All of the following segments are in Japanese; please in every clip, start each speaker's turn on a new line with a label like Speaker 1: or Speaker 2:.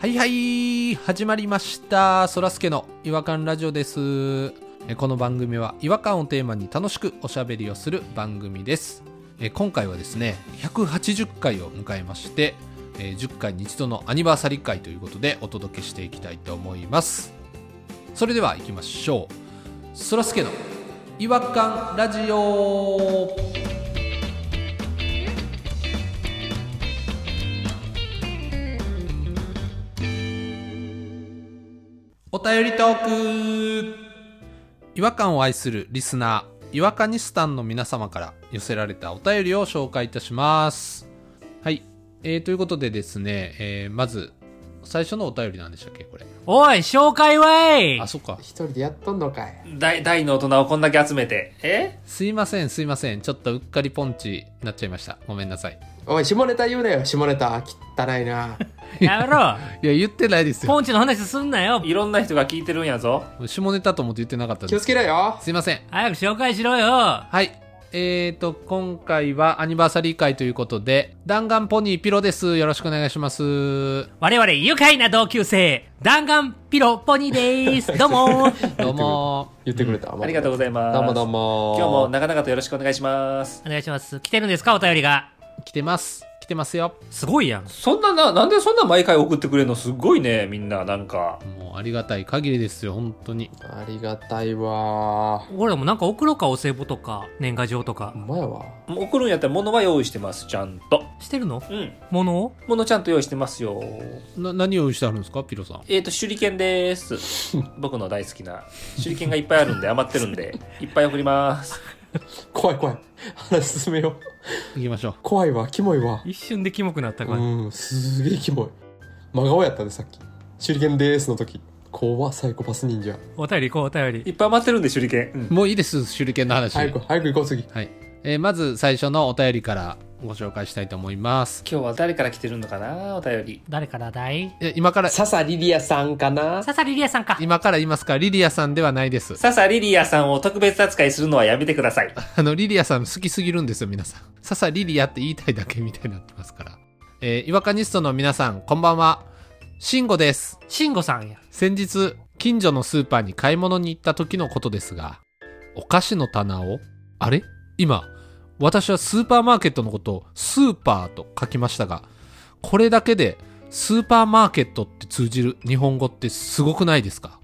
Speaker 1: はいはい始まりましたそらすけの違和感ラジオですえこの番組は違和感をテーマに楽しくおしゃべりをする番組ですえ今回はですね180回を迎えましてえ10回に一度のアニバーサリー会ということでお届けしていきたいと思いますそれでは行きましょうそらすけの違和感ラジオお便りトーク違和感を愛するリスナー違和感ニスタンの皆様から寄せられたお便りを紹介いたしますはい、えー、ということでですね、えーまず最初のお便りなんでしたっけこれ
Speaker 2: おい、紹介わい
Speaker 1: あそっか
Speaker 3: 一人でやっとんのかい
Speaker 4: 大、大の大人をこんだけ集めて。え
Speaker 1: すいませんすいませんちょっとうっかりポンチになっちゃいましたごめんなさい
Speaker 3: おい下ネタ言うなよ下ネタ汚いな
Speaker 2: やめ
Speaker 1: い
Speaker 2: ろ
Speaker 1: や言ってないですよ
Speaker 2: ポンチの話すんなよ
Speaker 4: いろんな人が聞いてるんやぞ。
Speaker 1: 下ネタと思って言ってなかった
Speaker 3: 気
Speaker 1: で
Speaker 3: を
Speaker 1: す
Speaker 3: つけろよ
Speaker 1: すいません
Speaker 2: 早く紹介しろよ
Speaker 1: はいえーと今回はアニバーサリー会ということで弾丸ポニーピロですよろしくお願いします
Speaker 2: 我々愉快な同級生、弾丸ピロポニーでー す。どうもー
Speaker 1: どうも
Speaker 3: 言ってくれた、
Speaker 4: ありがとうございます。
Speaker 3: どうもどうも
Speaker 4: 今日も長々とよろしくお願いします。
Speaker 2: お願いします。来てるんですかお便りが。
Speaker 1: 来てます来てますよ
Speaker 2: すごいやん。
Speaker 4: そんなな、なんでそんな毎回送ってくれるのすごいね、みんな、なんか。
Speaker 1: もうありがたい限りですよ本当に
Speaker 3: ありがたいわ
Speaker 2: 俺らもなんか送ろうか、お歳暮とか、年賀状とか
Speaker 3: お。前は
Speaker 4: 送るんやったら物は用意してます、ちゃんと。
Speaker 2: してるの
Speaker 4: うん。
Speaker 2: ものを
Speaker 4: 物ちゃんと用意してますよ。
Speaker 1: な何をしてあるんですかピロさん
Speaker 4: えっ、と、手裏剣 です。僕の大好きな。手裏剣がいっぱいあるんで、余ってるんで、いっぱい送ります。
Speaker 3: 怖い怖い話進めよう
Speaker 1: 行きましょう
Speaker 3: 怖いわキモいわ
Speaker 2: 一瞬でキモくなった感じ。
Speaker 3: うんすげえキモい真顔やったでさっき手裏剣でーすの時怖っサイコパス忍者
Speaker 2: お便り行こう、お便
Speaker 4: い
Speaker 2: り。
Speaker 4: っぱい余ってるんで、手裏剣。うん
Speaker 1: もういいです手裏剣の話
Speaker 3: 早く早く行こう次
Speaker 1: はい、えーまず最初のお便りからご紹介したいと思います
Speaker 4: 今日は誰から来てるのかな、お便り。
Speaker 2: 誰からだい
Speaker 1: いや今から
Speaker 3: 笹リリアさんかな
Speaker 2: 笹リリアさんか。
Speaker 1: 今から言いますからリリアさんではないです
Speaker 4: 笹リリアさんを特別扱いするのはやめてください。
Speaker 1: あのリリアさん好きすぎるんですよ皆さん笹リリアって言いたいだけみたいになってますからえー、違和感ニストの皆さんこんばんはシンゴです
Speaker 2: シンゴさんや。
Speaker 1: 先日近所のスーパーに買い物に行った時のことですがお菓子の棚をあれ今私はスーパーマーケットのことをスーパーと書きましたがこれだけでスーパーマーケットって通じる日本語ってすごくないですか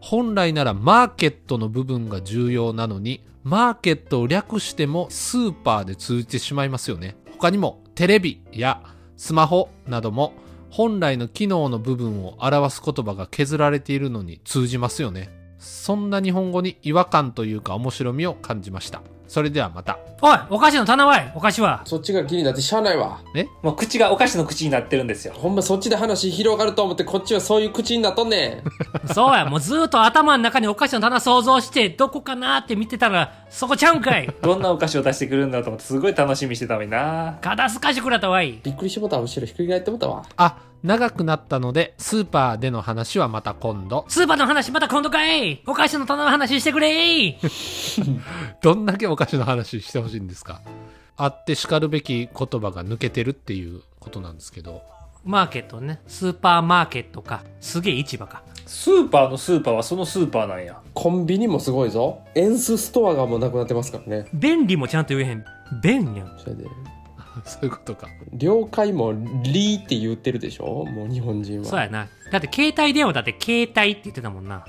Speaker 1: 本来ならマーケットの部分が重要なのにマーケットを略してもスーパーで通じてしまいますよね他にもテレビやスマホなども本来の機能の部分を表す言葉が削られているのに通じますよねそんな日本語に違和感というか面白みを感じましたそれではまた
Speaker 2: おい、お菓子の棚はい、お菓子は。
Speaker 3: そっちが気になってしゃあないわ
Speaker 4: もう口がお菓子の口になってるんですよ。
Speaker 3: ほんまそっちで話広がると思ってこっちはそういう口になっとんねん
Speaker 2: そうや、もうずーっと頭の中にお菓子の棚想像して、どこかなーって見てたら、そこちゃうんかい。
Speaker 4: どんなお菓子を出してくるんだろうと思ってすごい楽しみにしてたのにな。
Speaker 2: ガダスカシクラたわい。
Speaker 3: びっくりしてもうた後ろひっくり返ってもうたわ
Speaker 1: あ長くなったのでスーパーでの話はまた今度
Speaker 2: スーパーの話また今度かいお菓子の棚の話してくれい
Speaker 1: どんだけお菓子の話してほしいんですかあってしかるべき言葉が抜けてるっていうことなんですけど
Speaker 2: マーケットね。スーパーマーケットか。すげえ市場か。
Speaker 4: スーパーのスーパーはそのスーパーなんや。
Speaker 3: コンビニもすごいぞエンスストアがもうなくなってますからね
Speaker 2: 便利もちゃんと言えへん。便やん。
Speaker 3: それで
Speaker 1: そういうことか
Speaker 3: 了解も「リー」って言ってるでしょもう日本人は
Speaker 2: そうやな。だって携帯電話だって携帯って言ってたもんな。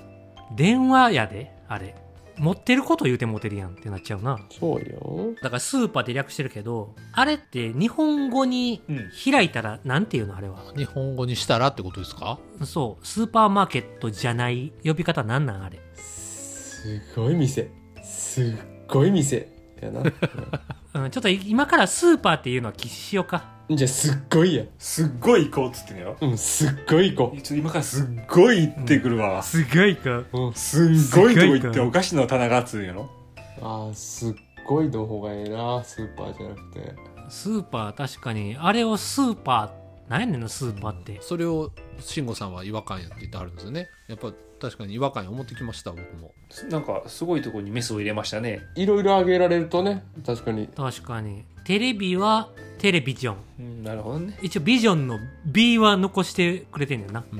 Speaker 2: 電話やで、あれ。持ってること言うて持てるやんってなっちゃうな。
Speaker 3: そうよ
Speaker 2: だからスーパーで略してるけど、あれって日本語に
Speaker 4: うん
Speaker 2: 開いたら、なんていうのあれは。
Speaker 1: 日本語にしたらってことですか
Speaker 2: そう。スーパーマーケットじゃない呼び方なんなんあれ。
Speaker 3: すごい店すっごい店やな
Speaker 2: うん、ちょっとい今からスーパーっていうのは喫しようか。
Speaker 3: うんじゃあすっごいや
Speaker 4: すっごい行こうっつってんのよ。
Speaker 3: うんすっごい行こ
Speaker 4: ちょっと今からすっごい行ってくるわ。
Speaker 2: すごいか。
Speaker 3: う、うん、
Speaker 4: すっごい
Speaker 2: す
Speaker 4: とこ行
Speaker 2: っごい
Speaker 4: っ
Speaker 2: か
Speaker 4: てお菓子の棚がっつうんやろ。
Speaker 3: あーすっごいの方がええなスーパーじゃなくて
Speaker 2: スーパー確かにあれをスーパーなんやねんなスーパーって
Speaker 1: それを慎吾さんは違和感やって言ってはるんですよねやっぱ確かに違和感に思ってきました僕も
Speaker 4: なんかすごいところにメスを入れましたね
Speaker 3: いろいろあげられるとね確かに
Speaker 2: 確かにテレビはテレビジョン
Speaker 4: うんなるほどね
Speaker 2: 一応ビジョンの B は残してくれてんねんな
Speaker 1: うん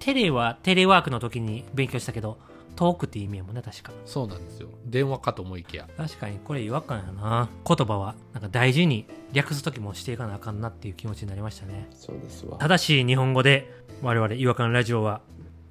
Speaker 2: テレはテレワークの時に勉強したけど遠くって意味やもんね確か
Speaker 1: そうなんですよ電話かと思いきや
Speaker 2: 確かにこれ違和感やな言葉はなんか大事に略す時もしていかなあかんなっていう気持ちになりましたね
Speaker 3: そうですわ
Speaker 2: 正しい日本語で我々違和感ラジオは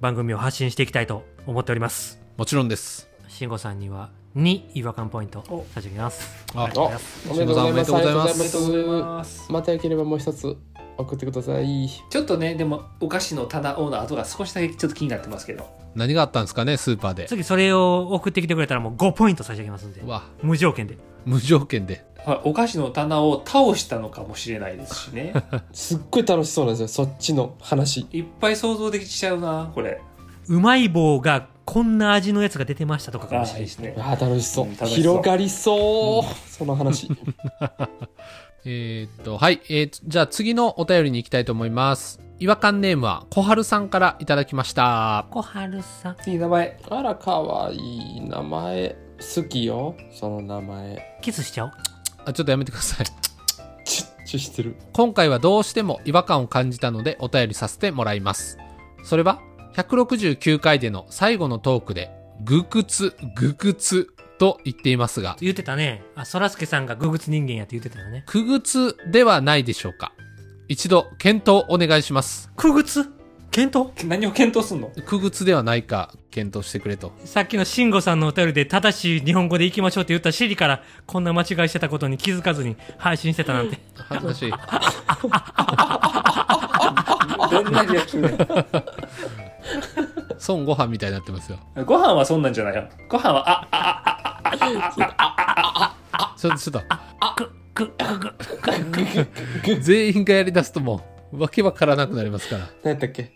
Speaker 2: 番組を発信していきたいと思っております
Speaker 1: もちろんです
Speaker 2: 慎吾さんには2違和感ポイントを差し上げます
Speaker 1: あ
Speaker 3: おおめでとうござい
Speaker 1: おめで
Speaker 3: ます
Speaker 1: とうございます
Speaker 3: ありがとうございますまたよければもう一つ送ってください
Speaker 4: ちょっとねでもお菓子の棚オーナー後が少しだけちょっと気になってますけど
Speaker 1: 何があったんですかねスーパーで
Speaker 2: 次それを送ってきてくれたらもう5ポイント差し上げますんで
Speaker 1: うわ
Speaker 2: 無条件で
Speaker 1: 無条件で
Speaker 4: はいお菓子の棚を倒したのかもしれないですし ね
Speaker 3: すっごい楽しそうなんですよそっちの話
Speaker 4: いっぱい想像できちゃうなこれ
Speaker 2: うまい棒がこんな味のやつが出てましたとかかもしれないですね
Speaker 3: あー楽しそう
Speaker 4: うん楽しそう
Speaker 3: 広がりそう、その話
Speaker 1: えーっと、はい。えーつじゃあ次のお便りに行きたいと思います。違和感ネームは小春さんからいただきました。
Speaker 2: 小春さん
Speaker 4: いい名前
Speaker 3: あらかわいい名前好きよその名前
Speaker 2: キスしちゃおう
Speaker 1: あ、ちょっとやめてください。
Speaker 3: チュッチュしてる
Speaker 1: 今回はどうしても違和感を感じたのでお便りさせてもらいます。それは、169回での最後のトークで、ぐくつ、ぐくつと言っていますが、
Speaker 2: 言ってたねあそらすけさんがググツ人間やって言ってたよね
Speaker 1: くぐつではないでしょうか。一度、検討お願いします。
Speaker 2: ググツ検討
Speaker 4: 何を検討すんの
Speaker 1: くぐつではないか、検討してくれと。
Speaker 2: さっきの慎吾さんのお便りで正しい日本語で行きましょうって言ったシリからこんな間違いしてたことに気づかずに配信してたなんて
Speaker 1: 恥ずかしい。
Speaker 4: どんなリアクションだよ
Speaker 1: 孫悟飯みたいになってますよ。
Speaker 4: ご飯はそんなんじゃないよご飯はああ
Speaker 1: ちょっと、ちょっと。
Speaker 2: グググ
Speaker 1: 全員がやりだすともう、わけわからなくなりますから。
Speaker 3: 何やったっけ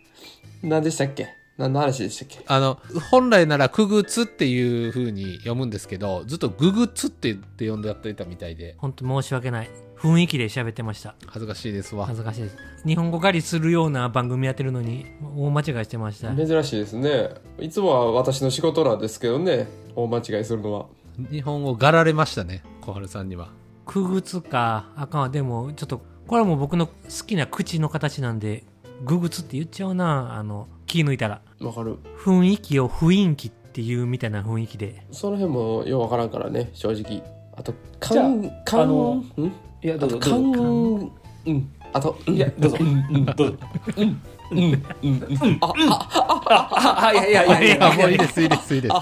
Speaker 3: 何でしたっけ何の話でしたっけ
Speaker 1: あの、本来なら、くぐつっていう風に読むんですけど、ずっとぐぐつって言って読んでやってたみたいで、
Speaker 2: 本当申し訳ない雰囲気で喋ってました
Speaker 1: 恥ずかしいですわ
Speaker 2: 恥。ずかしいです日本語狩りするような番組やってるのに大間違いしてました
Speaker 3: 珍しいですねいつもは私の仕事なんですけどね大間違いするのは
Speaker 1: 日本語がられましたね、小春さんには。
Speaker 2: くぐつかあかんわでもちょっとこれはもう僕の好きな口の形なんでググツって言っちゃうなあの気抜いたら
Speaker 3: わかる
Speaker 2: 雰囲気を雰囲気っていうみたいな雰囲気で
Speaker 3: その辺もようわからんからね正直あとか
Speaker 4: じゃ
Speaker 3: んか
Speaker 4: あ
Speaker 3: ん
Speaker 4: の
Speaker 3: ん
Speaker 4: いや
Speaker 3: あとかんうんあとい
Speaker 4: いやどうぞ
Speaker 3: うんうん
Speaker 4: どうぞ
Speaker 3: うんうんうんあ
Speaker 4: ああいやいやいや
Speaker 1: い
Speaker 4: い
Speaker 1: や、
Speaker 4: や
Speaker 1: もういいです、いいです、いいです。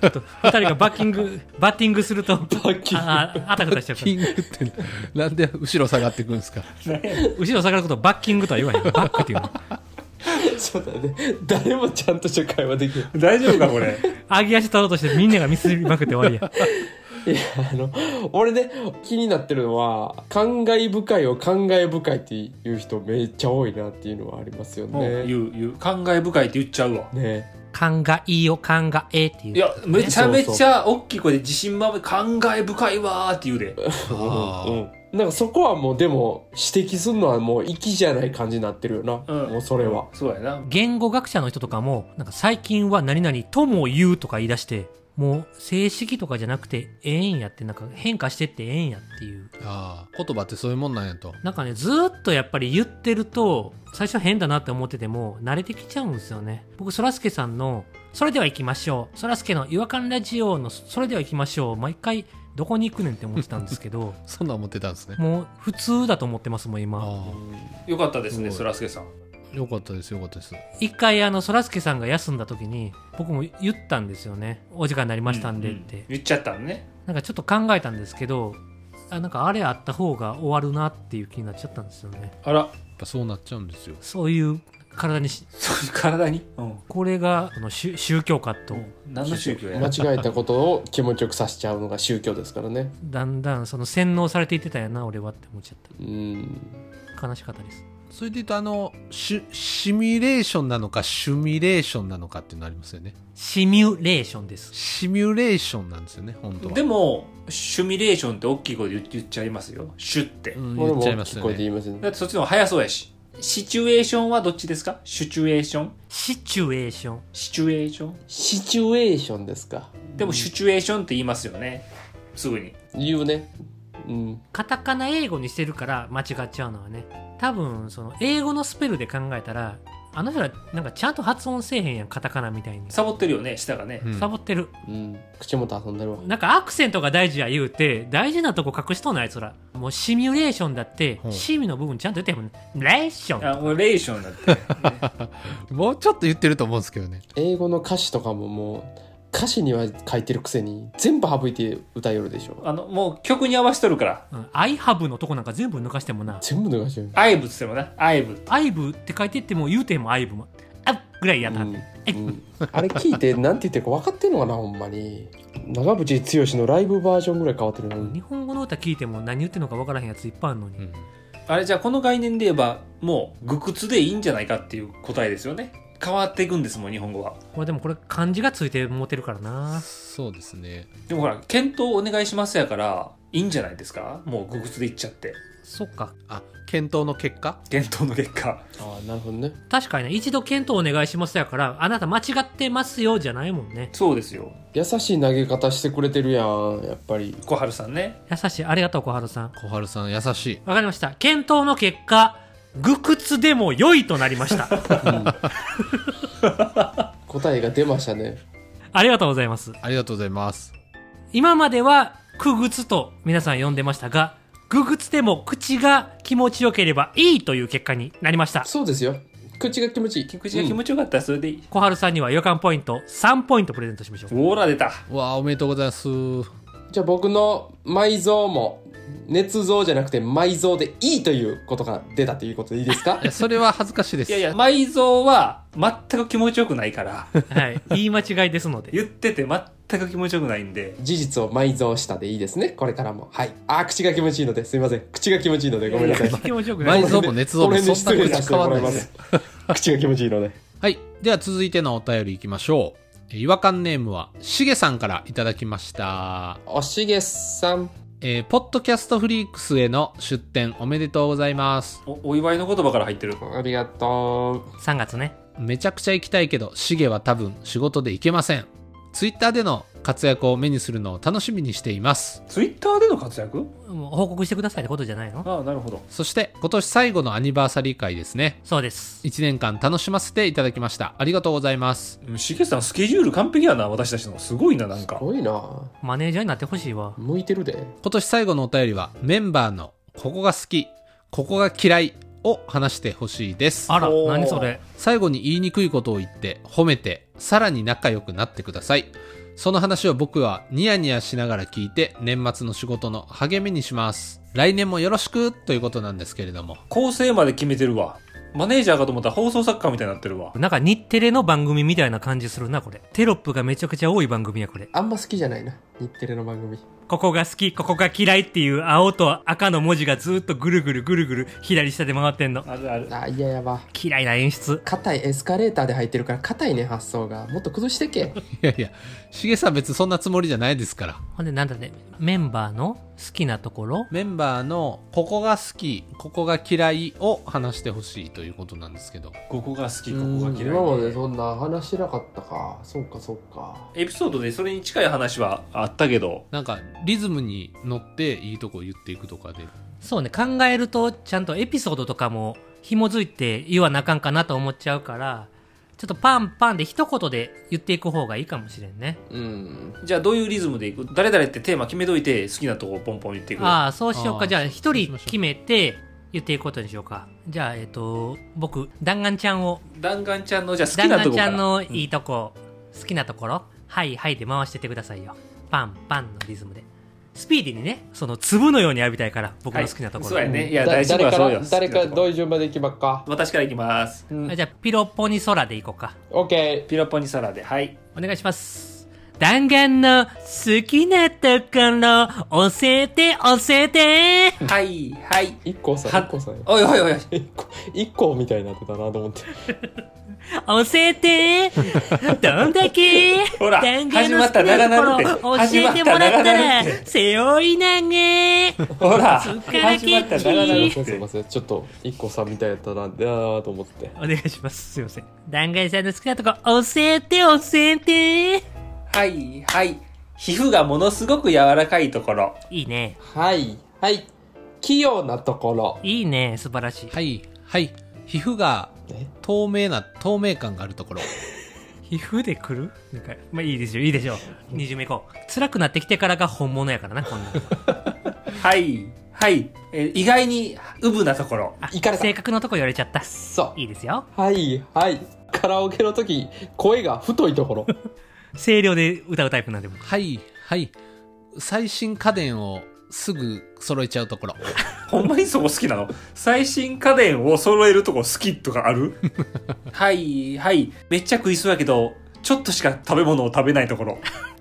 Speaker 2: ちょっと2人がバッキン グバッティングすると
Speaker 3: バッキング
Speaker 2: あああたふたしちゃうか
Speaker 1: キングって、なんで後ろ下がってくるんですか。
Speaker 2: ら後ろ下がることをバッキングとは言わへんバックっていうの
Speaker 3: そうだね誰もちゃんとした会話できない
Speaker 4: 大丈夫かこ れ
Speaker 2: 上げ足取ろうとしてみんながミスりまくって終わりや
Speaker 3: いやあの俺ね気になってるのは感慨深いを感慨深いっていう人めっちゃ多いなっていうのはありますよ
Speaker 4: もう
Speaker 3: ね
Speaker 4: 言う言う感慨深いって言っちゃうわ
Speaker 3: ね
Speaker 2: 勘がいいを勘がええっていう
Speaker 4: いやめちゃめちゃ大きい声で自信まめ感慨深いわーって言うで
Speaker 1: あ
Speaker 3: う
Speaker 1: ー
Speaker 3: んなんかそこはもうでも指摘するのはもう息じゃない感じになってるよな、
Speaker 4: うん
Speaker 3: もうそれは
Speaker 4: そうやな
Speaker 2: 言語学者の人とかもなんか最近は何々とも言うとか言い出してもう正式とかじゃなくてええんやってなんか変化してってええんやっていう
Speaker 1: あー、言葉ってそういうもんなんやと。
Speaker 2: なんかねずーっとやっぱり言ってると最初変だなって思ってても慣れてきちゃうんですよね僕そらすけさんの「それでは行きましょう」そらすけの「違和感ラジオ」の「それでは行きましょう」毎回どこに行くねんって思ってたんですけど
Speaker 1: そんなん思ってたんですね。
Speaker 2: もう普通だと思ってますもん今
Speaker 1: あ
Speaker 4: よかったですね
Speaker 1: すごい
Speaker 4: そらすけさん
Speaker 1: あ、よかったです、よかったです。
Speaker 2: 一回あのそらすけさんが休んだ時に僕も言ったんですよねお時間になりましたんでって、
Speaker 4: うう言っちゃったのね
Speaker 2: なんかちょっと考えたんですけどあなんかあれあった方が終わるなっていう気になっちゃったんですよね
Speaker 4: あら
Speaker 1: やっぱそうなっちゃうんですよ。
Speaker 2: そういう体にし
Speaker 4: そういう体にうん
Speaker 2: これがこの宗宗教家と
Speaker 4: 何の宗教や
Speaker 3: 間違えたことを気持ちよくさせちゃうのが宗教ですからね
Speaker 2: だんだんその洗脳されていってたんやな俺はって思っちゃっ
Speaker 3: うん
Speaker 2: た悲しかったです
Speaker 1: それで言うと、あの、シュシミュレーションなのか、シュミレーションなのかっていうのありますよね。
Speaker 2: シミュレーションです
Speaker 1: シミュレーションなんですよね、本当は。
Speaker 4: でもシュミュレーションって大きい声で言っ言っちゃいますよシュって
Speaker 1: うん、
Speaker 3: 俺
Speaker 1: 言っ
Speaker 3: も
Speaker 1: ちゃいま
Speaker 3: 聞
Speaker 1: す
Speaker 3: こ
Speaker 1: よ
Speaker 3: えて
Speaker 1: ね。
Speaker 3: 言いません、
Speaker 4: だってそっちの方が早そうやしシチュエーションはどっちですかシチュエーション
Speaker 2: シチュエーション。
Speaker 4: シチュエーション
Speaker 3: シチュエーションですか
Speaker 4: でもシチュエーションって言いますよねすぐに
Speaker 3: 言うねうん
Speaker 2: カタカナ英語にしてるから間違っちゃうのはね。多分、その、英語のスペルで考えたら、あの人ら、なんかちゃんと発音せえへんやん、カタカナみたいに。
Speaker 4: サボってるよね下がね、
Speaker 1: うん
Speaker 2: サボってる。
Speaker 3: うん口元遊んでるわ
Speaker 2: なんかアクセントが大事や言うて、大事なとこ隠しとんのあいつら。もうシミュレーションだって
Speaker 1: う、ん
Speaker 2: シミの部分ちゃんと言ってへんもんね。レーション。
Speaker 4: あもうレーション だって、
Speaker 1: もうちょっと言ってると思うんですけどね。
Speaker 3: 英語の歌詞とかももう歌詞には書いてるくせに全部省いて歌いよるでしょ
Speaker 4: あのもう曲に合わせとるから
Speaker 2: うん、アイハブのとこなんか全部抜かしてもな。
Speaker 3: 全部脱がしてる
Speaker 4: アイブっつってもなアイブ
Speaker 2: アイブって書いてっても言うてもアイブも。あっぐらいやった。
Speaker 3: うんうんあれ聞いてなんて言ってるか分かってんのかなほんまに長渕剛のライブバージョンぐらい変わってるのに
Speaker 2: 日本語の歌聞いても何言ってんのか分からへんやついっぱいあるのに。
Speaker 4: あれじゃあこの概念で言えばもう愚屈でいいんじゃないかっていう答えですよね変わっていくんですもん日本語は
Speaker 2: これでもこれ漢字がついて持てるからな。
Speaker 1: そうですね。
Speaker 4: でもほら検討お願いしますやからいいんじゃないですかもう愚屈でいっちゃって
Speaker 2: そっか。
Speaker 1: あ、検討の結果
Speaker 4: 検討の結果
Speaker 3: ああなるほどね
Speaker 2: 確かにね、一度検討お願いしますやから、あなた間違ってますよじゃないもんね。
Speaker 4: そうですよ
Speaker 3: 優しい投げ方してくれてるやんやっぱり
Speaker 4: 小春さんね
Speaker 2: 優しい。ありがとう、小春さん。
Speaker 1: 小春さん優しい。
Speaker 2: わかりました。検討の結果、愚屈でも良いとなりました。
Speaker 3: 答えが出ましたね
Speaker 2: ありがとうございます。
Speaker 1: ありがとうございます。
Speaker 2: 今までは、くぐつと皆さん呼んでましたが、ぐぐつでも口が気持ちよければいいという結果になりました。
Speaker 3: そうですよ口が気持ちいい
Speaker 4: 口が気
Speaker 3: ちいい、
Speaker 4: 持ちよかったらそれでいい、
Speaker 2: 小春さんには予感ポイント3ポイントプレゼントしましょう。
Speaker 4: オーラ出た
Speaker 1: うわあ、おめでとうございます。
Speaker 3: うんじゃあ僕の埋蔵も捏造じゃなくて埋蔵でいいということが出たということでいいですか
Speaker 1: いや、それは恥ずかしいです。
Speaker 4: いやいや埋蔵は全く気持ちよくないから
Speaker 2: はい。言い間違いですので。
Speaker 4: 言ってて全く気持ちよくないんで
Speaker 3: 事実を埋蔵したでいいですねこれからもはいあー口が気持ちいいのですいません口が気持ちいいのでごめんなさい
Speaker 2: 気持ちよくない
Speaker 1: 埋蔵も捏造も
Speaker 3: 俺に
Speaker 1: そ
Speaker 3: 失
Speaker 1: んな
Speaker 3: 礼
Speaker 1: 口
Speaker 3: させて
Speaker 1: 変わ
Speaker 3: も
Speaker 1: ん
Speaker 3: ら
Speaker 1: ない
Speaker 3: い
Speaker 1: で
Speaker 3: ますす。口が気持ちいいので
Speaker 1: はい。では続いてのお便りいきましょう。えー違和感ネームは、しげさんからいただきました。
Speaker 3: おしげさん
Speaker 1: えーポッドキャストフリークスへの出展おめでとうございます。
Speaker 4: おお祝いの言葉から入ってる
Speaker 3: ありがと
Speaker 2: 3月ね。
Speaker 1: めちゃくちゃ行きたいけど、シゲは多分仕事で行けません。ツイッターでの活躍を目にするのを楽しみにしています。
Speaker 4: ツイッターでの活躍
Speaker 2: もう報告してくださいってことじゃないの
Speaker 4: ああなるほど
Speaker 1: そして、今年最後のアニバーサリー会ですね。
Speaker 2: そうです。
Speaker 1: 1年間楽しませていただきました。ありがとうございます。
Speaker 4: うんしげさんスケジュール完璧やな私たちのすごいななん
Speaker 3: う
Speaker 4: か
Speaker 3: すごいな
Speaker 2: マネージャーになってほしいわ。
Speaker 3: 向いてるで
Speaker 1: 今年最後のお便りは、メンバーのここが好き、ここが嫌いを話してほしいです。
Speaker 2: あら、
Speaker 4: おー
Speaker 2: 何それ。
Speaker 1: 最後に言いにくいことを言って、褒めて、さらに仲良くなってください。その話を僕はニヤニヤしながら聞いて、年末の仕事の励みにします。来年もよろしくということなんですけれども。
Speaker 4: 構成まで決めてるわマネージャーかと思ったら放送作家みたいになってるわ
Speaker 2: なんか日テレの番組みたいな感じするな、これ。テロップがめちゃくちゃ多い番組や、これ。
Speaker 3: あんま好きじゃないな日テレの番組
Speaker 2: ここが好き、ここが嫌いっていう青と赤の文字がずっとぐるぐるぐるぐる左下で回ってんの。
Speaker 4: あるある
Speaker 3: あいややば
Speaker 2: 嫌いな演出。
Speaker 3: 硬いエスカレーターで入ってるから硬いね発想がもっと崩してけ
Speaker 1: いやいや、しげさん別にそんなつもりじゃないですから。
Speaker 2: ほんで、なんだね、メンバーの好きなところ
Speaker 1: メンバーのここが好き、ここが嫌いを話してほしいということなんですけど。
Speaker 4: ここが好きここが
Speaker 3: うん
Speaker 4: 嫌い
Speaker 3: 今までそんな話してなかったかそうかそうか
Speaker 4: エピソードでそれに近い話はあったけど
Speaker 1: なんか、リズムに乗っていいとこ言っていくとかで。
Speaker 2: そうね、考えるとちゃんとエピソードとかも紐づいて言わなあかんかなと思っちゃうから、ちょっとパンパンで一言で言っていく方がいいかもしれんね。
Speaker 3: うん
Speaker 4: じゃあどういうリズムでいく誰々ってテーマ決めといて好きなとこポンポン言っていく
Speaker 2: ああ、そうしよう
Speaker 1: あ
Speaker 2: か。
Speaker 1: ー
Speaker 2: じゃあ
Speaker 1: そう
Speaker 2: 一
Speaker 1: そうし
Speaker 2: 人
Speaker 1: ましょう
Speaker 2: 決めて言っていくことにしようか。じゃあ、えっ、と、僕、弾丸ちゃんを、
Speaker 4: 弾丸ちゃんのじゃあ好き
Speaker 2: 弾
Speaker 4: な
Speaker 2: 丸
Speaker 4: とこ
Speaker 2: ち
Speaker 4: か
Speaker 2: ゃ
Speaker 4: ら
Speaker 2: んのいいとこ、好きなところ、はいはいで回してってくださいよ。パンパンのリズムで。スピーディーにね、その粒のように浴びたいから、僕の好きなところ。
Speaker 4: はいそうやねいや
Speaker 3: だ
Speaker 4: 大事
Speaker 3: 誰
Speaker 4: は
Speaker 3: か
Speaker 4: そうよ
Speaker 3: ら誰から
Speaker 4: 好きなとこ
Speaker 3: どういう順番でいきばっか
Speaker 4: 私からいきます
Speaker 3: うん
Speaker 2: あじゃあ、ピロポニソラでいこうか。
Speaker 3: オッケ
Speaker 4: ピロポニサラではい
Speaker 2: お願いします。弾丸の好きなところ、教えて教えて
Speaker 4: はい、はい。
Speaker 3: 一個さ
Speaker 4: は
Speaker 3: 一個さん
Speaker 4: おいおいおいおい。
Speaker 3: 一個一個みたいになってたなと思って
Speaker 2: 教え てどんだけ
Speaker 4: ほら
Speaker 2: 弾丸の好きなところ、教
Speaker 4: 始
Speaker 2: え
Speaker 4: まった長々って
Speaker 2: てもらった
Speaker 4: 始まった長
Speaker 2: ら
Speaker 4: 々っ、
Speaker 2: 背負い投げ
Speaker 4: ほら、
Speaker 2: そっから
Speaker 4: 始まった
Speaker 2: ケーキ
Speaker 4: 長々
Speaker 3: すいませんちょっと一個さんみたいだったなだなと思って
Speaker 2: お願いします。すいません。弾丸さんの好きなとこ、教えて教えて
Speaker 4: はい、はい。皮膚がものすごく柔らかいところ。
Speaker 2: いいね。
Speaker 3: はいはい器用なところ
Speaker 2: いいね。素晴らしい。
Speaker 1: はい、はい。皮膚が
Speaker 3: え
Speaker 1: 透明な、透明感があるところ。
Speaker 2: 皮膚で来るなんか、まあいいでしょ、いいでしょ。二重目いこう。辛くなってきてからが本物やからな、こんな の。
Speaker 4: はい、はい。えー意外に、うぶなところ。
Speaker 2: あ
Speaker 3: いかれた
Speaker 2: 正確のとこ言われちゃった。
Speaker 3: そ
Speaker 2: いいですよ。
Speaker 3: うはいはいカラオケの時声が太いとこ ろ
Speaker 2: 声量で歌うタイプなんで僕。
Speaker 1: はい、はい。最新家電をすぐ揃えちゃうところ。
Speaker 4: ほんまにそこ好きなの最新家電を揃えるとこ好きとか あるはい、はい。めっちゃ食いそうやけど、ちょっとしか食べ物を食べないところ。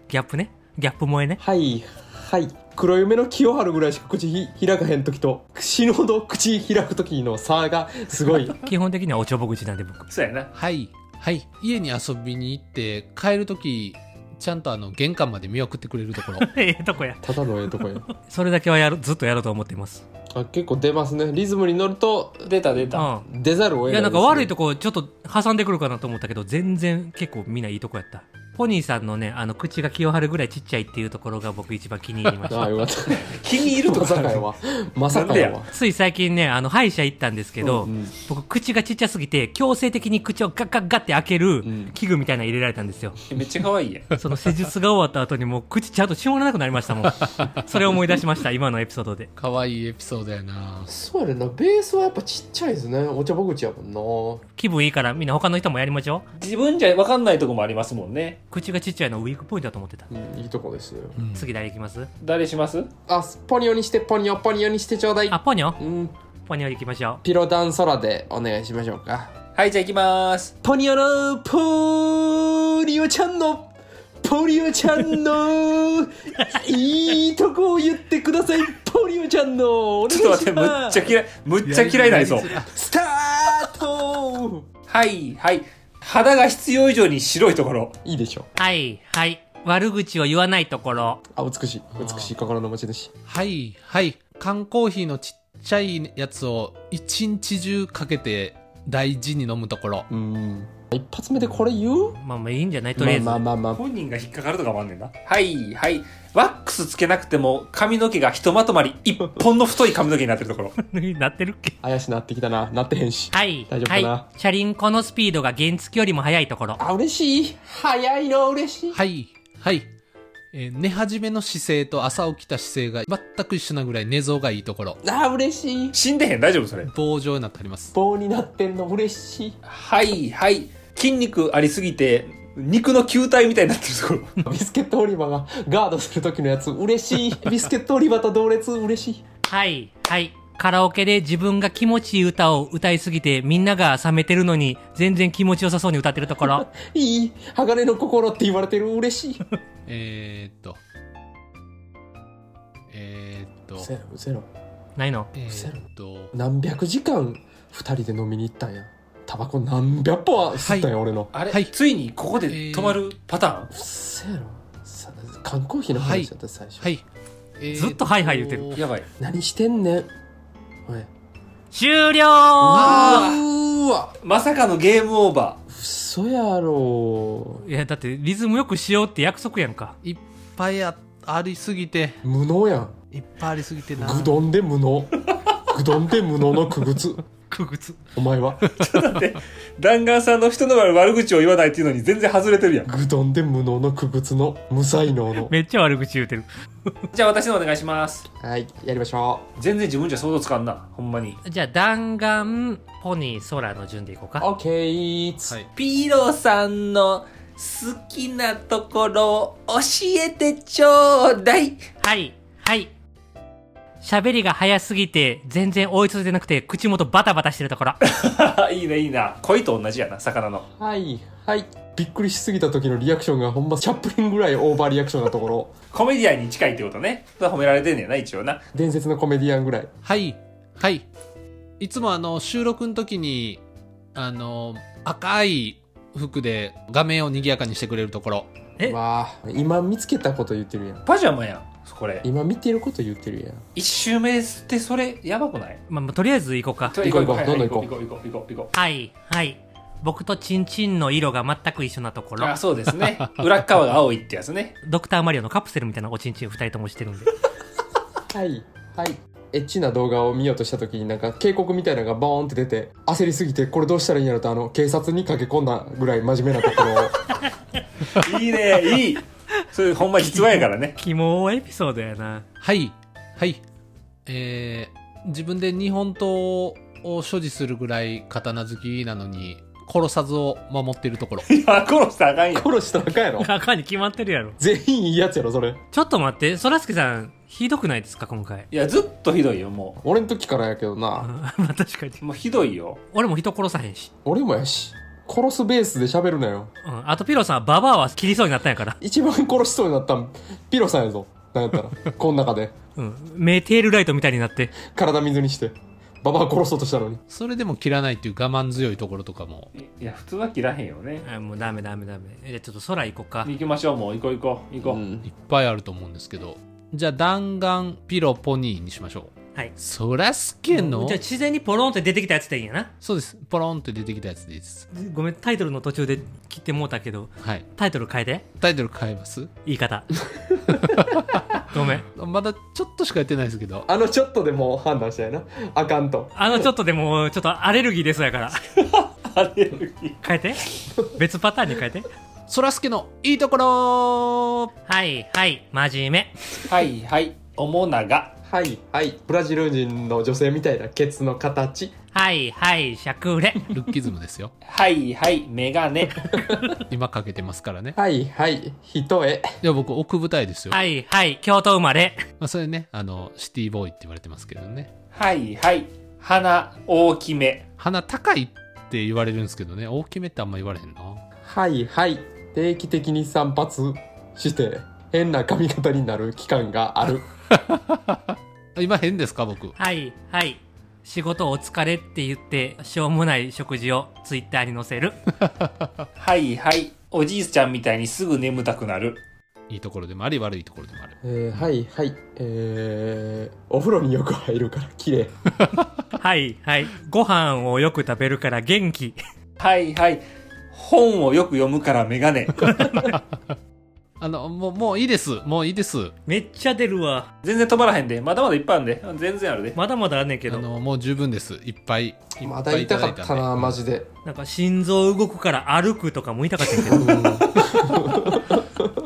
Speaker 2: ギャップね。ギャップ萌えね。
Speaker 3: はいはい黒夢の清春ぐらいしか口ひ開かへん時と死ぬほど口開く時の差がすご い
Speaker 2: 基本的にはおちょぼ口なんで僕。
Speaker 4: そうやな。
Speaker 1: はい、はい。家に遊びに行って、帰るとき、ちゃんとあの、玄関まで見送ってくれるところ。
Speaker 2: ええとこや。
Speaker 3: ただのええとこや
Speaker 2: それだけはやる、ずっとやろうと思っています。
Speaker 3: あ結構出ますねリズムに乗ると
Speaker 4: 出た出
Speaker 2: う
Speaker 4: た。
Speaker 2: ん。
Speaker 3: 出ざるを
Speaker 2: い
Speaker 3: 得な
Speaker 2: や
Speaker 3: い
Speaker 2: なんか
Speaker 3: ですね
Speaker 2: 悪いとこちょっと挟んでくるかなと思ったけど全然結構みんないいとこやったポニーさんのねあの口が清るぐらいちっちゃいっていうところが僕一番気に入りまし
Speaker 3: ああ
Speaker 2: た
Speaker 3: よかった
Speaker 4: 気に入ると
Speaker 3: ま
Speaker 4: こ
Speaker 3: さか
Speaker 4: あ
Speaker 3: や
Speaker 4: る
Speaker 3: わ まさかやわ
Speaker 2: つい最近ねあの歯医者行ったんですけど、
Speaker 3: うん
Speaker 2: 僕口がちっちゃすぎて強制的に口をガッガッガッって開ける
Speaker 3: ん
Speaker 2: 器具みたいなの入れられたんですよ、
Speaker 4: めっちゃ可愛いやん。
Speaker 2: その施術が終わった後にもう口ちゃんと絞らなくなりました もんそれを思い出しました今のエピソードで
Speaker 1: かわいいエピソードやな
Speaker 3: そうやねんなベースはやっぱちっちゃいですねお茶ぼ口やもんな
Speaker 2: 気分いいからみんな他の人もやりましょ
Speaker 4: 自分じゃ分かんないとこもありますもんね
Speaker 2: う口がちっちゃいのウィークポイントだと思ってた、
Speaker 3: うんいいとこですよ
Speaker 1: うん
Speaker 2: 次誰いきます
Speaker 4: 誰します
Speaker 3: あポニョにしてポニョポニョにしてちょうだい
Speaker 2: あポニョ
Speaker 3: うん
Speaker 2: ポニョ行きましょう
Speaker 3: ピロダン空でお願いしましょうか
Speaker 4: はいじゃあ行きます
Speaker 3: ポニョのポリオちゃんのポリオちゃん のいいとこを言ってくださいポリオちゃんのお願い
Speaker 4: ち
Speaker 3: し
Speaker 4: ょ
Speaker 3: ま
Speaker 4: っ
Speaker 3: す
Speaker 4: と待ってむっちゃ嫌いむっちゃ嫌いなりそう
Speaker 3: スタート
Speaker 4: はいはい肌が必要以上に白いところ
Speaker 3: いいでしょ
Speaker 2: はい、はい。悪口を言わないところ。
Speaker 3: あ美しい美しい心の持ち主
Speaker 1: はいはい缶コーヒーのちっちゃいやつを一日中かけて大事に飲むところ
Speaker 3: うん一発目でこれ言う
Speaker 2: まあまあいいんじゃないとりあえず。
Speaker 3: まあまあまあま
Speaker 4: 本人が引っかかるとかもあんねんなはいはいワックスつけなくても髪の毛がひとまとまり一本の太い髪の毛になってるところ
Speaker 2: なってるっけ
Speaker 3: あ怪しなってきたななってへんし
Speaker 2: はい、
Speaker 3: 大丈夫かな
Speaker 2: はい。チャリンコのスピードが原付よりも速いところ。
Speaker 3: あ嬉しい早いの嬉しい
Speaker 1: はいはい、えー寝始めの姿勢と朝起きた姿勢が全く一緒なぐらい寝相がいいところ
Speaker 3: あ嬉しい
Speaker 4: 死んでへん大丈夫それ
Speaker 1: 棒状になってあります
Speaker 3: 棒になってんの嬉しい
Speaker 4: はいはい筋肉ありすぎて肉の球体みたいになってるところ
Speaker 3: ビスケットオリバーがガードする時のやつ嬉しいビスケットオリバーと同列嬉しい
Speaker 2: はい、はい。カラオケで自分が気持ちいい歌を歌いすぎてみんなが冷めてるのに全然気持ちよさそうに歌ってるとこ ろ。
Speaker 3: いい鋼の心って言われてる嬉しい
Speaker 1: えー、っとえー、っと
Speaker 3: ゼロゼロ
Speaker 2: ないの
Speaker 1: えー、っと
Speaker 3: 何百時間二人で飲みに行ったんやタバコ何百本は吸ったんや、俺の
Speaker 4: あれ、
Speaker 1: はい
Speaker 4: ついにここで止まるパターン、
Speaker 3: ゼロさ缶コーヒーの話だった最初、
Speaker 1: はい、えー
Speaker 2: ずっとはいはい言うてる
Speaker 4: やばい
Speaker 3: 何してんねんおい
Speaker 2: 終了
Speaker 4: あ
Speaker 3: うーわ
Speaker 4: まさかのゲームオーバー
Speaker 3: 嘘やろ
Speaker 2: いや、だってリズムよくしようって約束やんか。
Speaker 1: いっぱいあありすぎて
Speaker 3: 無能やん
Speaker 1: いっぱいありすぎてな
Speaker 3: ぐどんで無能ぐどんで無能のくぐつ
Speaker 2: くぐつ。
Speaker 3: お前は
Speaker 4: 弾丸さんの人の悪口を言わないっていうのに全然外れてるやん
Speaker 3: ぐどんで無能のくぐつの無才能の
Speaker 2: めっちゃ悪口言うてる。
Speaker 4: じゃあ私のお願いします
Speaker 3: はいやりましょ
Speaker 4: 全然自分じゃ想像つかんなほんまに
Speaker 2: じゃあ弾丸、ポニー、空の順でいこう
Speaker 3: う
Speaker 2: か。
Speaker 3: オッケー
Speaker 1: はい
Speaker 4: ピーロさんの好きなところを教えてちょうだい
Speaker 2: はい、はい。喋りが早すぎて、全然追いついてなくて、 口元バタバタしてるところ。
Speaker 4: いいねいいな鯉と同じやな魚の
Speaker 3: はいはいびっくりしすぎた時のリアクションがほんまチャップリンぐらいオーバーリアクションなところ
Speaker 4: コメディアンに近いってことね。それは褒められてんねやな、一応な。
Speaker 3: 伝説のコメディアンぐらい
Speaker 1: はい、はい。いつもあの、収録の時に、あの、赤い服で画面を賑やかにしてくれるところ。
Speaker 2: え
Speaker 3: わあ今見つけたこと言ってるやん
Speaker 4: パジャマやん、これ。
Speaker 3: 今見てること言ってるやん
Speaker 4: 一周目ってそれ、やばくない
Speaker 2: まあ、まあとりあえず行こうか。
Speaker 3: 行こう行こうどんどん行こう
Speaker 4: 行こう行こう行こう行こ
Speaker 2: はい、はい。僕とチンチンの色が全く一緒なとこ
Speaker 4: う。
Speaker 2: ろ
Speaker 4: あ、。そうですね。 裏っ側が青いってやつね。
Speaker 2: ドクターマリオのカプセルみたいなおちんちん二人ともしてるんで。
Speaker 3: はいはいエッチな動画を見ようとした時になんか警告みたいなのがボーンって出て焦りすぎてこれどうしたらいいんやろとあの警察に駆け込んだぐらい真面目なところを
Speaker 4: いいね、いい。それほんま実話やから ね。
Speaker 2: キモエピソードやな。
Speaker 1: はい、はい。えー、自分で日本刀を所持するぐらい刀好きなのに、殺さずを守っているところ。
Speaker 4: いや、殺したらあかん やん。
Speaker 3: 殺したらあかんやろ
Speaker 2: あかんに決まってるやろ。
Speaker 3: 全員いいやつやろそれ
Speaker 2: ちょっと待って、そらすけさん、ひどくないですか、今回。
Speaker 4: いや、ずっとひどいよ、も
Speaker 3: 俺の時からやけど
Speaker 2: うん
Speaker 3: な
Speaker 2: まあ確かに。
Speaker 4: う。もうひどいよ。
Speaker 2: 俺も人殺さへんし。
Speaker 3: 俺もやし殺すベースで喋るなよ
Speaker 2: うん。あとピロさんはババアは切りそうになったんやから。
Speaker 3: 一番殺しそうになったんピロさんやぞなんやったらこの中で
Speaker 2: うん。目テールライトみたいになって。
Speaker 3: 体水にしてババア殺そうとしたのに
Speaker 1: それでも切らないっていう我慢強いところとかも。
Speaker 4: いや、普通は切らへんよね。
Speaker 2: あもうダメダメダメ。えじゃあちょっと空行こうか。
Speaker 4: 行きましょう、もう。行こう行こう。行こう。
Speaker 1: いっぱいあると思うんですけど。じゃあ弾丸ピロポニーにしましょう。
Speaker 2: はい
Speaker 1: そらすけの
Speaker 2: じゃあ自然にポロンって出てきたやつでいいんやな。
Speaker 1: そうです。ポロンって出てきたやつでいいです。
Speaker 2: ごめん、タイトルの途中で切ってもうたけど、
Speaker 1: はい。
Speaker 2: タイトル変えて。
Speaker 1: タイトル変えます
Speaker 2: 言い方。 ごめん。
Speaker 1: まだちょっとしかやってないですけど。
Speaker 3: あのちょっとでも判断したやなあかんと
Speaker 2: あのちょっとでも、ちょっとアレルギーですやから。
Speaker 4: アレルギー。
Speaker 2: 変えて。別パターンに変えて。
Speaker 1: そらすけのいいところ
Speaker 2: はい、はい、真面目。
Speaker 4: はいはい、おもなが。
Speaker 3: はいはいブラジル人の女性みたいなケツの形
Speaker 2: はい、はい、しゃくれ。
Speaker 1: ルッキズムですよ。
Speaker 4: はいはい、メガネ。
Speaker 1: 今かけてますからね。
Speaker 3: はいはい一重
Speaker 1: いや、僕、奥舞台ですよ。
Speaker 2: はい、はい、京都生まれ。
Speaker 1: まあ、それね、あの、シティボーイって言われてますけどね。
Speaker 4: はいはい、鼻大きめ。
Speaker 1: 鼻高いって言われるんですけどね、大きめってあんま言われへんな。
Speaker 3: はいはい定期的に散髪して変な髪型になる期間がある
Speaker 1: あ今変ですか、僕。
Speaker 2: はい、はい。仕事お疲れって言って、しょうもない食事をツイッターに載せる。
Speaker 4: はいはい、おじいちゃんみたいにすぐ眠たくなる。
Speaker 1: いいところでもあり、悪いところでもある。
Speaker 3: えー、はいはいえー、お風呂によく入るから綺麗
Speaker 2: はい、はい。ご飯をよく食べるから元気。
Speaker 4: はいはい、本をよく読むからメガネ。
Speaker 1: あの、もう、もういいです。もういいです。
Speaker 2: めっちゃ出るわ。
Speaker 4: 全然止まらへんで。まだまだいっぱいあるんで。全然あるで。
Speaker 2: まだまだあんねんけ
Speaker 1: あ
Speaker 2: ど。
Speaker 1: の、もう十分です。いっぱい。いっぱい
Speaker 3: まだ痛かったなマジで
Speaker 2: なんか心臓動くから歩くとかも痛かったけど。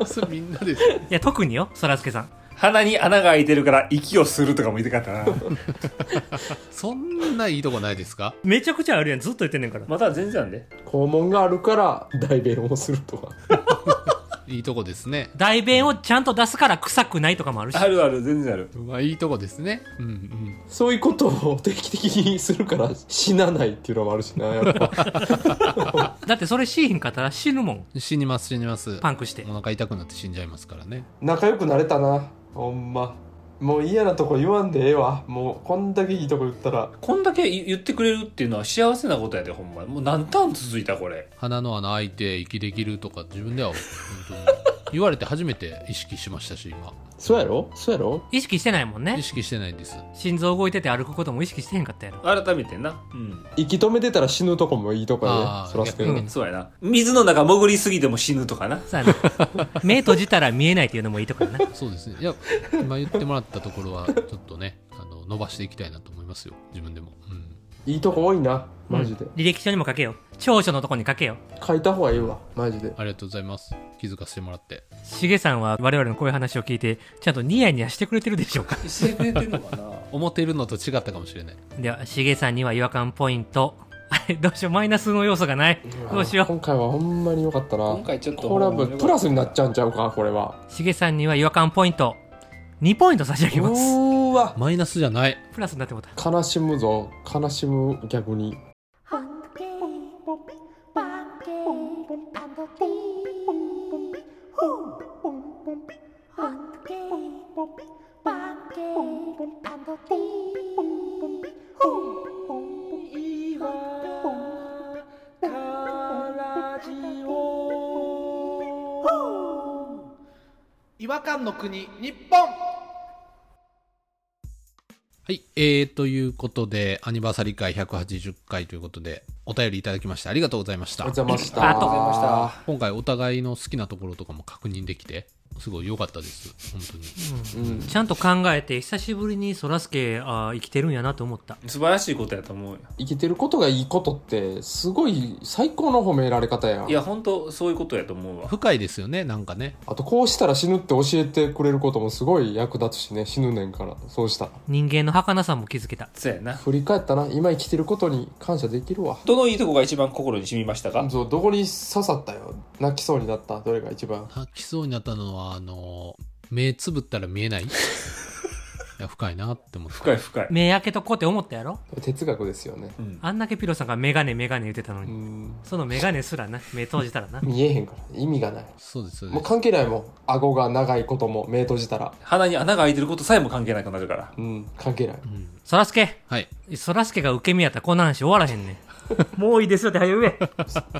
Speaker 2: い
Speaker 1: で。 それみんなですよ。
Speaker 2: や、特によ、そらすけさん。
Speaker 4: 鼻に穴が開いてるから息をするとかも言いたかったな。
Speaker 1: そんないいとこないですか
Speaker 2: めちゃくちゃあるやん。ずっと言ってんねんから。
Speaker 4: まだ全然あるで。
Speaker 3: 肛門があるから代弁をするとか
Speaker 1: いいとこですね。
Speaker 2: 代弁をちゃんと出すから臭くないとかもあるし。
Speaker 4: あるある、全然ある。
Speaker 1: まあ、いいとこですね。うんうん。
Speaker 3: そういうことを定期的にするから死なないっていうのもあるしなやっぱ
Speaker 2: だってそれしーひんかったら死ぬもん。
Speaker 1: 死にます、死にます。
Speaker 2: パンクして。
Speaker 1: お腹痛くなって死んじゃいますからね。
Speaker 3: 仲良くなれたなほんまもう嫌なとこ言わんでええわもうこんだけいいとこ言ったら
Speaker 4: こんだけ言ってくれるっていうのは幸せなことやで、ほんま。もう何ターン続いた、これ。
Speaker 1: 鼻の穴開いて息できるとか自分では本当に言われて初めて意識しましたし今
Speaker 3: そうやろそうやろ
Speaker 2: 意識してないもん
Speaker 1: 意
Speaker 2: ね。
Speaker 1: 識してないんです
Speaker 2: 心臓動いてて歩くことも意識してへんかったやろ。
Speaker 4: 改めてな。うん。
Speaker 3: 息止めてたら死ぬとこもいいとこや
Speaker 1: あー
Speaker 3: ねそらすけ
Speaker 1: 逆
Speaker 3: ど
Speaker 1: に
Speaker 3: ね
Speaker 1: ね
Speaker 4: そうやな。水の中潜りすぎても死ぬとかな。
Speaker 2: さあね、目閉じたら見えないっていうのもいいとかな。
Speaker 1: そうですねいや今言ってもらったところはちょっとねあの伸ばしていきたいなと思いますよ自分でも、うん、
Speaker 3: いいとこ多いなマジで、
Speaker 2: 履歴書にも書けよ。長所のとこに書けよ。
Speaker 3: 書いた方がいいわマジで
Speaker 1: ありがとうございます気づかせてもらって
Speaker 2: しげさんは我々のこういう話を聞いて、ちゃんとニヤニヤしてくれてるでしょうか。
Speaker 4: してくれてるのかな
Speaker 1: 思ってるのと違ったかもしれない
Speaker 2: では、しげさんには違和感ポイント。あれ、どうしよう、マイナスの要素がない。どうしよう。
Speaker 3: 今回はほんまに良かったな
Speaker 4: 今回ちょっと
Speaker 3: これはもうプラスになっちゃうんちゃうかこれは
Speaker 2: しげさんには違和感ポイント2ポイント差し上
Speaker 3: う
Speaker 2: げます
Speaker 3: ーわ
Speaker 1: マイナスじゃない
Speaker 2: プラスになってもうた
Speaker 3: 悲しむぞ悲しむ逆に
Speaker 5: Hunky, Bunky, and the 違和感の国日本
Speaker 1: はい。えー、ということで、アニバーサリー会180回ということで、お便りいただきましてありがとうございました。
Speaker 3: ざいました
Speaker 2: ありがとうござい
Speaker 3: ました
Speaker 1: 今回お互いの好きなところとかも確認できて、すごい良かったです。本当に。
Speaker 3: うん
Speaker 2: ちゃんと考えて久しぶりにそらすけあー生きてるんやなと思った
Speaker 4: 素晴らしいことやと思うよ
Speaker 3: いけてることがいいことってすごい最高の褒められ方やん
Speaker 4: いや本当そういうことやと思うわ
Speaker 1: 深いですよね、なんかね。
Speaker 3: あとこうしたら死ぬって教えてくれることもすごい役立つしね死ぬねんからそうしたら
Speaker 2: 人間の儚さも気づけた
Speaker 4: そうやな
Speaker 3: 振り返ったな今生きてることに感謝できるわ
Speaker 4: どのいいとこが一番心に染みましたか
Speaker 3: そうどこに刺さったよ泣きそうになったどれが一番
Speaker 1: 泣きそうになったのは、あの、目つぶったら見えないいや、深いなって思って。
Speaker 4: 深い深い、
Speaker 2: 目開けとこうって思ったやろ
Speaker 3: 哲学ですよね
Speaker 4: うん、
Speaker 2: あんだけピロさんがメガネメガネ言ってたの
Speaker 3: う
Speaker 2: に、
Speaker 3: ん
Speaker 2: そのメガネすらな目閉じたらな
Speaker 3: 見えへんから意味がない
Speaker 1: そうです、そう
Speaker 3: もう
Speaker 1: です。
Speaker 3: 関係ないもん顎が長いことも目閉じたら
Speaker 4: 鼻に穴が開いてることさえも関係なくなるから
Speaker 3: うん関係ない
Speaker 1: うん
Speaker 2: そらすけ
Speaker 1: はい。
Speaker 2: そらすけが受け身やったらこんな話終わらへんねんもういいですよって早め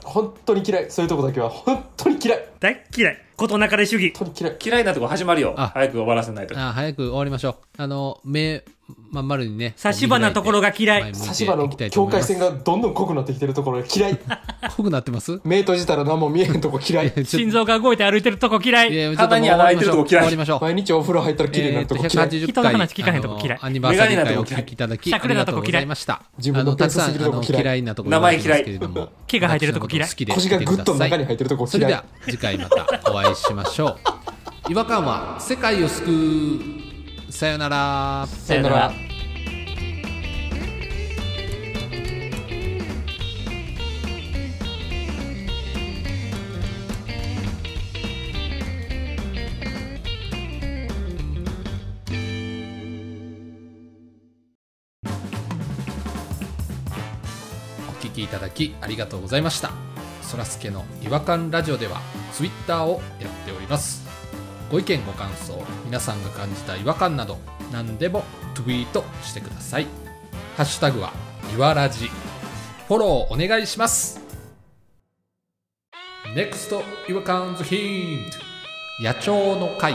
Speaker 3: 本当に嫌いそういうとこだけは本当に嫌い
Speaker 2: 大っ嫌いことなかれ主義
Speaker 3: 本当に嫌い
Speaker 4: 嫌いなとこ始まるよ
Speaker 1: あ
Speaker 4: 早く終わらせないと
Speaker 1: あ早く終わりましょう。あの、目、まん丸にね。
Speaker 2: 差し歯なところが嫌い
Speaker 3: 差し歯の境界線
Speaker 1: が。
Speaker 3: がどんどん濃くなってきてるところが嫌い
Speaker 1: 濃くなってます
Speaker 3: 目閉じたら何も見えへんとこ 嫌い
Speaker 2: 心臓が動いて歩いてるとこ嫌い
Speaker 1: いやちょっと
Speaker 4: 肌に穴開いてるとこ嫌い
Speaker 1: 終わりましょう。終わ
Speaker 3: 毎日お風呂入ったら綺麗にな
Speaker 1: り
Speaker 3: る
Speaker 1: ましょう
Speaker 3: とこ
Speaker 1: えー
Speaker 3: 嫌い、
Speaker 1: っと、180回。
Speaker 2: 人の話聞かへんとこ嫌い
Speaker 1: あのアニバーサリー会をお聞きいただき、
Speaker 2: メ
Speaker 1: あ
Speaker 2: ガ
Speaker 1: り
Speaker 2: ネ
Speaker 1: が
Speaker 2: な
Speaker 1: と
Speaker 2: と
Speaker 1: う
Speaker 2: こ
Speaker 1: ご
Speaker 2: 嫌
Speaker 1: ざ
Speaker 2: い
Speaker 1: いました。
Speaker 3: 自分の
Speaker 1: あたく
Speaker 3: 手
Speaker 1: さ
Speaker 3: す
Speaker 1: ん
Speaker 3: ぎるとこ
Speaker 1: あの
Speaker 3: 嫌い
Speaker 1: 嫌いなところがありますけれども、
Speaker 2: 毛が生えてるとこ嫌い
Speaker 1: 私のと好きで
Speaker 3: 腰がぐっと中に入ってるとこ
Speaker 1: それ
Speaker 3: 嫌
Speaker 1: で
Speaker 3: い
Speaker 1: は次回またお会いしましょう。違和感は世界を救う。さよなら。
Speaker 2: さよなら
Speaker 1: お聞きいただきありがとうございましたそらすけの違和感ラジオではツイッターをやっておりますご意見ご感想皆さんが感じた違和感など何でもツイートしてくださいハッシュタグはいわらじフォローお願いします NEXT 違和感ズヒント野鳥の会